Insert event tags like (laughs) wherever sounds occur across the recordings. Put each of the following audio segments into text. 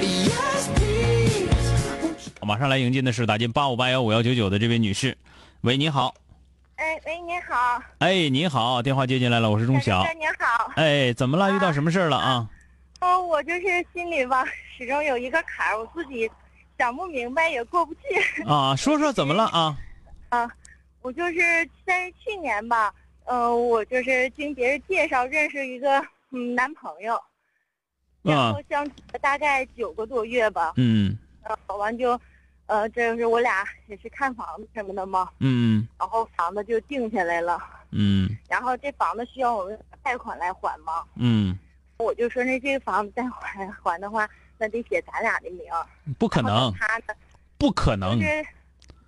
Yes, please. 马上来迎接的是打进八五八幺五幺九九的这位女士，喂，你好，哎，喂，您好，哎，你好，电话接进来了，我是钟晓 (laughs) 大，哥您好，哎，怎么了？遇到什么事儿了啊？哦，我就是心里吧，始终有一个坎儿，我自己想不明白，也过不去。啊，说说怎么了啊？我就是在去年吧，呃，我就是经别人介绍认识一个嗯男朋友，然啊后，相处了大概九个多月吧，嗯呃，完就，呃，这就是我俩也是看房子什么的嘛，嗯然后房子就定下来了，嗯然后这房子需要我们贷款来还嘛，嗯，我就说那这个房子贷款还的话，那得写咱俩的名儿，不可然后能。他呢。不可就能，是，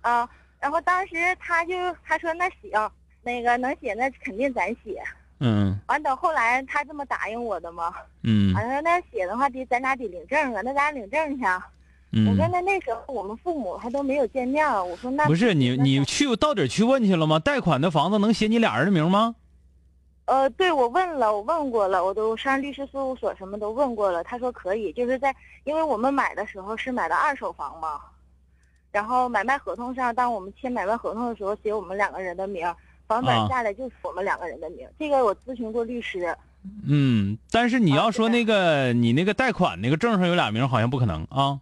啊、然后当时他就他说那行，那个能写那肯定咱写。嗯完等后来他这么答应我的嘛，嗯完了那写的话得咱俩得领证啊，那咱俩领证去啊。我说嗯，那那时候我们父母还都没有见面儿，啊我说那不是你你去到底儿去问去了吗？贷款的房子能写你俩人的名吗？呃，对我问了，我问过了，我都上律师事务所什么都问过了，他说可以，就是在因为我们买的时候是买的二手房嘛，然后买卖合同上，当我们签买卖合同的时候写我们两个人的名儿，房啊本下来就是我们两个人的名儿，这个我咨询过律师，嗯，但是你啊要对说那个你那个贷款那个证上有俩名，好像不可能啊。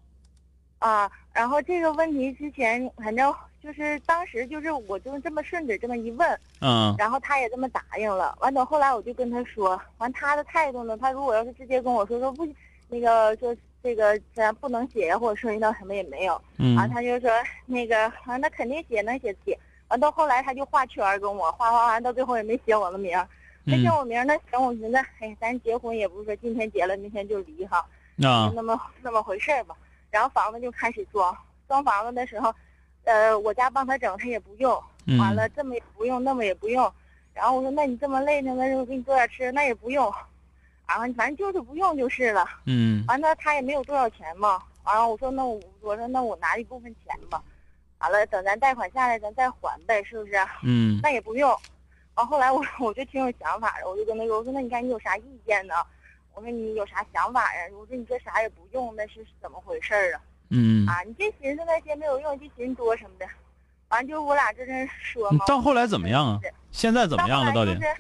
啊，然后这个问题之前反正就是当时就是我就这么顺着这么一问，嗯然后他也这么答应了。完等后来我就跟他说，完他的态度呢，他如果要是直接跟我说说不，那个说这个咱不能写呀，或者涉及到什么也没有，啊，嗯他就说那个啊，那肯定写能写写。完到后来他就画圈儿跟我画画完，到最后也没写我的名儿，没写嗯我名儿那行，我寻思，哎，咱结婚也不是说今天结了明天就离哈，啊就那么那么回事儿吧。然后房子就开始装，装房子的时候，呃，我家帮他整，他也不用，嗯完了这么也不用，那么也不用。然后我说那你这么累呢，那就给你做点吃，那也不用。啊，反正就是不用就是了。嗯完了他也没有多少钱嘛。完了我说那我我说那我拿一部分钱吧。完了等咱贷款下来咱再还呗，是不是？啊嗯那也不用。完后来我我就挺有想法的，我就跟他说，我说那你看你有啥意见呢？我说你有啥想法呀？我说你这啥也不用，那是怎么回事儿啊？嗯，啊，你这寻思那些没有用，就寻思多什么的。完就我俩在那说你嘛。嗯到后来怎么样啊是？现在怎么样了？到当底然就是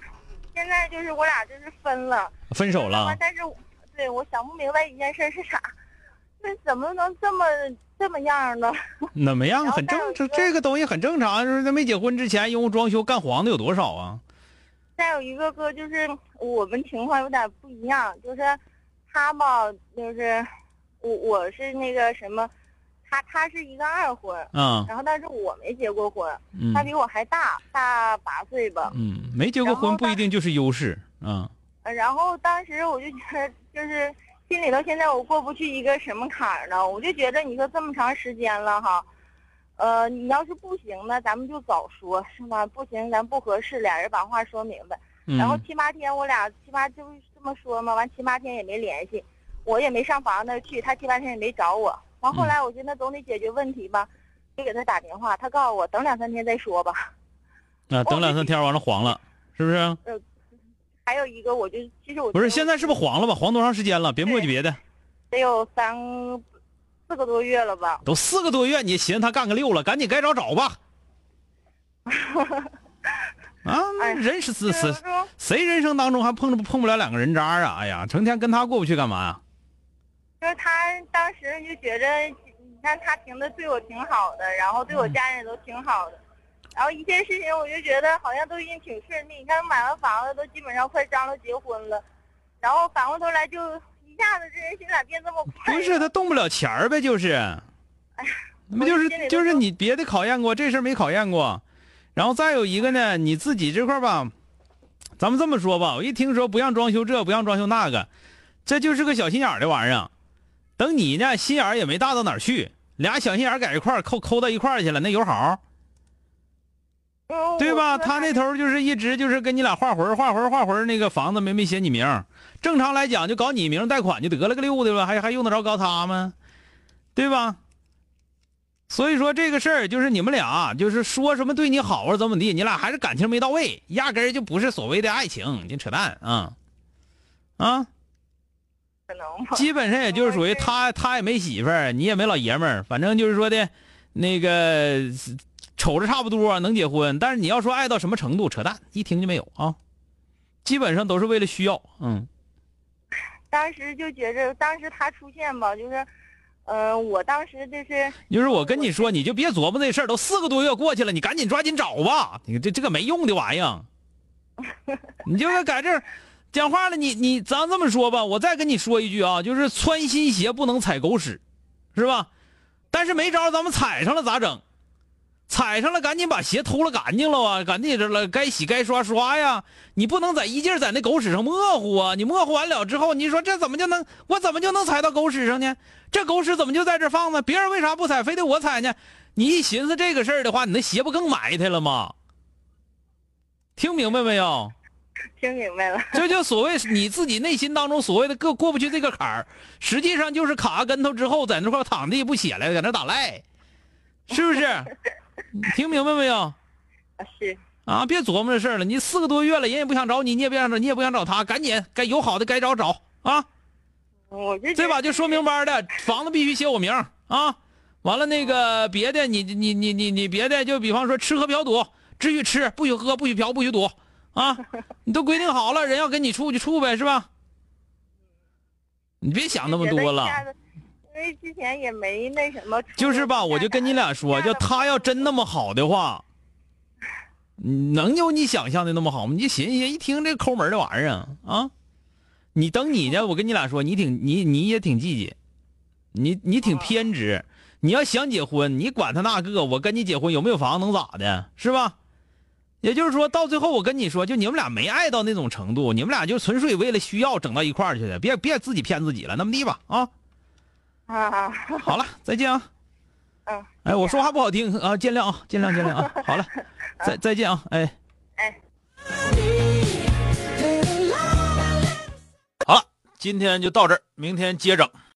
现在就是我俩就是分了，分手了啊完？但是我对我想不明白一件事是啥，那怎么能这么这么样呢？怎么样？然后很再有正一常，个这个东西很正常。就是在没结婚之前，用户装修干黄的有多少啊？再有一个哥就是我们情况有点不一样，就是他吧，就是我我是那个什么，他他是一个二婚，啊，然后但是我没结过婚，嗯他比我还大大八岁吧。嗯，没结过然后婚不他一定就是优势啊。呃然后当时我就觉得，就是心里头现在我过不去一个什么坎儿呢？我就觉得你说这么长时间了哈，呃，你要是不行呢，咱们就早说，是吧？不行，咱不合适，俩人把话说明白。嗯然后七八天，我俩七八就是这么说嘛，完七八天也没联系，我也没上房那去，他七八天也没找我。完后嗯来我寻思总得解决问题吧，就给他打电话，他告诉我等两三天再说吧。啊，等两三天完了黄了，是不是？还有一个，我就其实我不是，觉得现在是不是黄了吧？黄多长时间了？别墨迹别的，得有三四个多月了吧？都四个多月，你寻思他干个六了，赶紧该找找吧。啊，哎人是就死是死，说，谁人生当中还碰着碰不了两个人渣啊？哎呀，成天跟他过不去干嘛呀、就是他当时就觉着你看他平时对我挺好的，然后对我嗯家人都挺好的，然后一件事情我就觉得好像都已经挺顺利。你看买完房子都基本上快张罗结婚了，然后反过头来就一下子这人心咋变这么快呀？不是他动不了钱儿呗，就是，那不就哎我心是里就是都你别的考验过，这事儿没考验过，然后再有一个呢，你自己这块儿吧，咱们这么说吧，我一听说不让装修这，不让装修那个，这就是个小心眼儿的玩意儿。等你呢，心眼儿也没大到哪儿去，俩小心眼儿在一块儿扣抠到一块儿去了，那有好儿。嗯对我吧？说他那头儿就是一直就是跟你俩画魂儿画魂儿画魂儿那个房子没没写你名儿，正常来讲就搞你名儿贷款就得了个六的吧，还还用得着搞他吗？对吧？所以说这个事儿就是你们俩啊就是说什么对你好啊怎么地，你俩还是感情没到位，压根儿就不是所谓的爱情，你扯淡啊、啊！可能吧，基本上也就是属于他他也没媳妇儿，你也没老爷们儿，反正就是说的，那个瞅着差不多啊能结婚，但是你要说爱到什么程度，扯淡，一听就没有啊。基本上都是为了需要，嗯，当时就觉着，当时他出现吧，就是，呃，我当时就是就是我跟你说，你就别琢磨这事儿，都四个多月过去了，你赶紧抓紧找吧，你这这个没用的玩意儿，你就是在这儿讲话了，你你咱这么说吧，我再跟你说一句啊，就是穿新鞋不能踩狗屎，是吧？但是没招儿，咱们踩上了咋整？踩上了，赶紧把鞋偷了干净了啊！赶紧这了，该洗该刷刷呀！你不能在一劲儿在那狗屎上模糊啊！你模糊完了之后，你说这怎么就能我怎么就能踩到狗屎上呢？这狗屎怎么就在这放呢？别人为啥不踩，非得我踩呢？你一寻思这个事儿的话，你那鞋不更埋汰了吗？听明白没有？听明白了， (laughs) 这就所谓你自己内心当中所谓的过过不去这个坎儿，实际上就是卡个跟头之后，在那块儿躺着也不起来，在那打赖，是不是？你听明白没有？啊是，啊，别琢磨这事儿了。你四个多月了，人也不想找你，你也不想找，你也不想找他，赶紧该有好的该找找啊！我就觉这得把就说明白的，房子必须写我名儿啊。完了，那个别的，你你你你你别的，就比方说吃喝嫖赌，只许吃，不许喝，不许嫖，不许赌啊！你都规定好了，人要跟你处就处呗，是吧？你别想那么多了就觉得一。下子。因为之前也没那什么，就是吧，我就跟你俩说，就他要真那么好的话，嗯能有你想象的那么好吗？你就寻思一听这抠门的玩意儿啊啊，你等你呢，我跟你俩说，你挺你你也挺积极，你你挺偏执，你要想结婚，你管他那个，我跟你结婚有没有房能咋的，是吧？也就是说到最后，我跟你说，就你们俩没爱到那种程度，你们俩就纯粹为了需要整到一块儿去的，别别自己骗自己了，那么地吧啊！啊，好了，再见啊。嗯。哎，我说话不好听啊，见谅啊，见谅，见谅啊。好了，再再见啊，哎。好了，今天就到这儿，明天接整。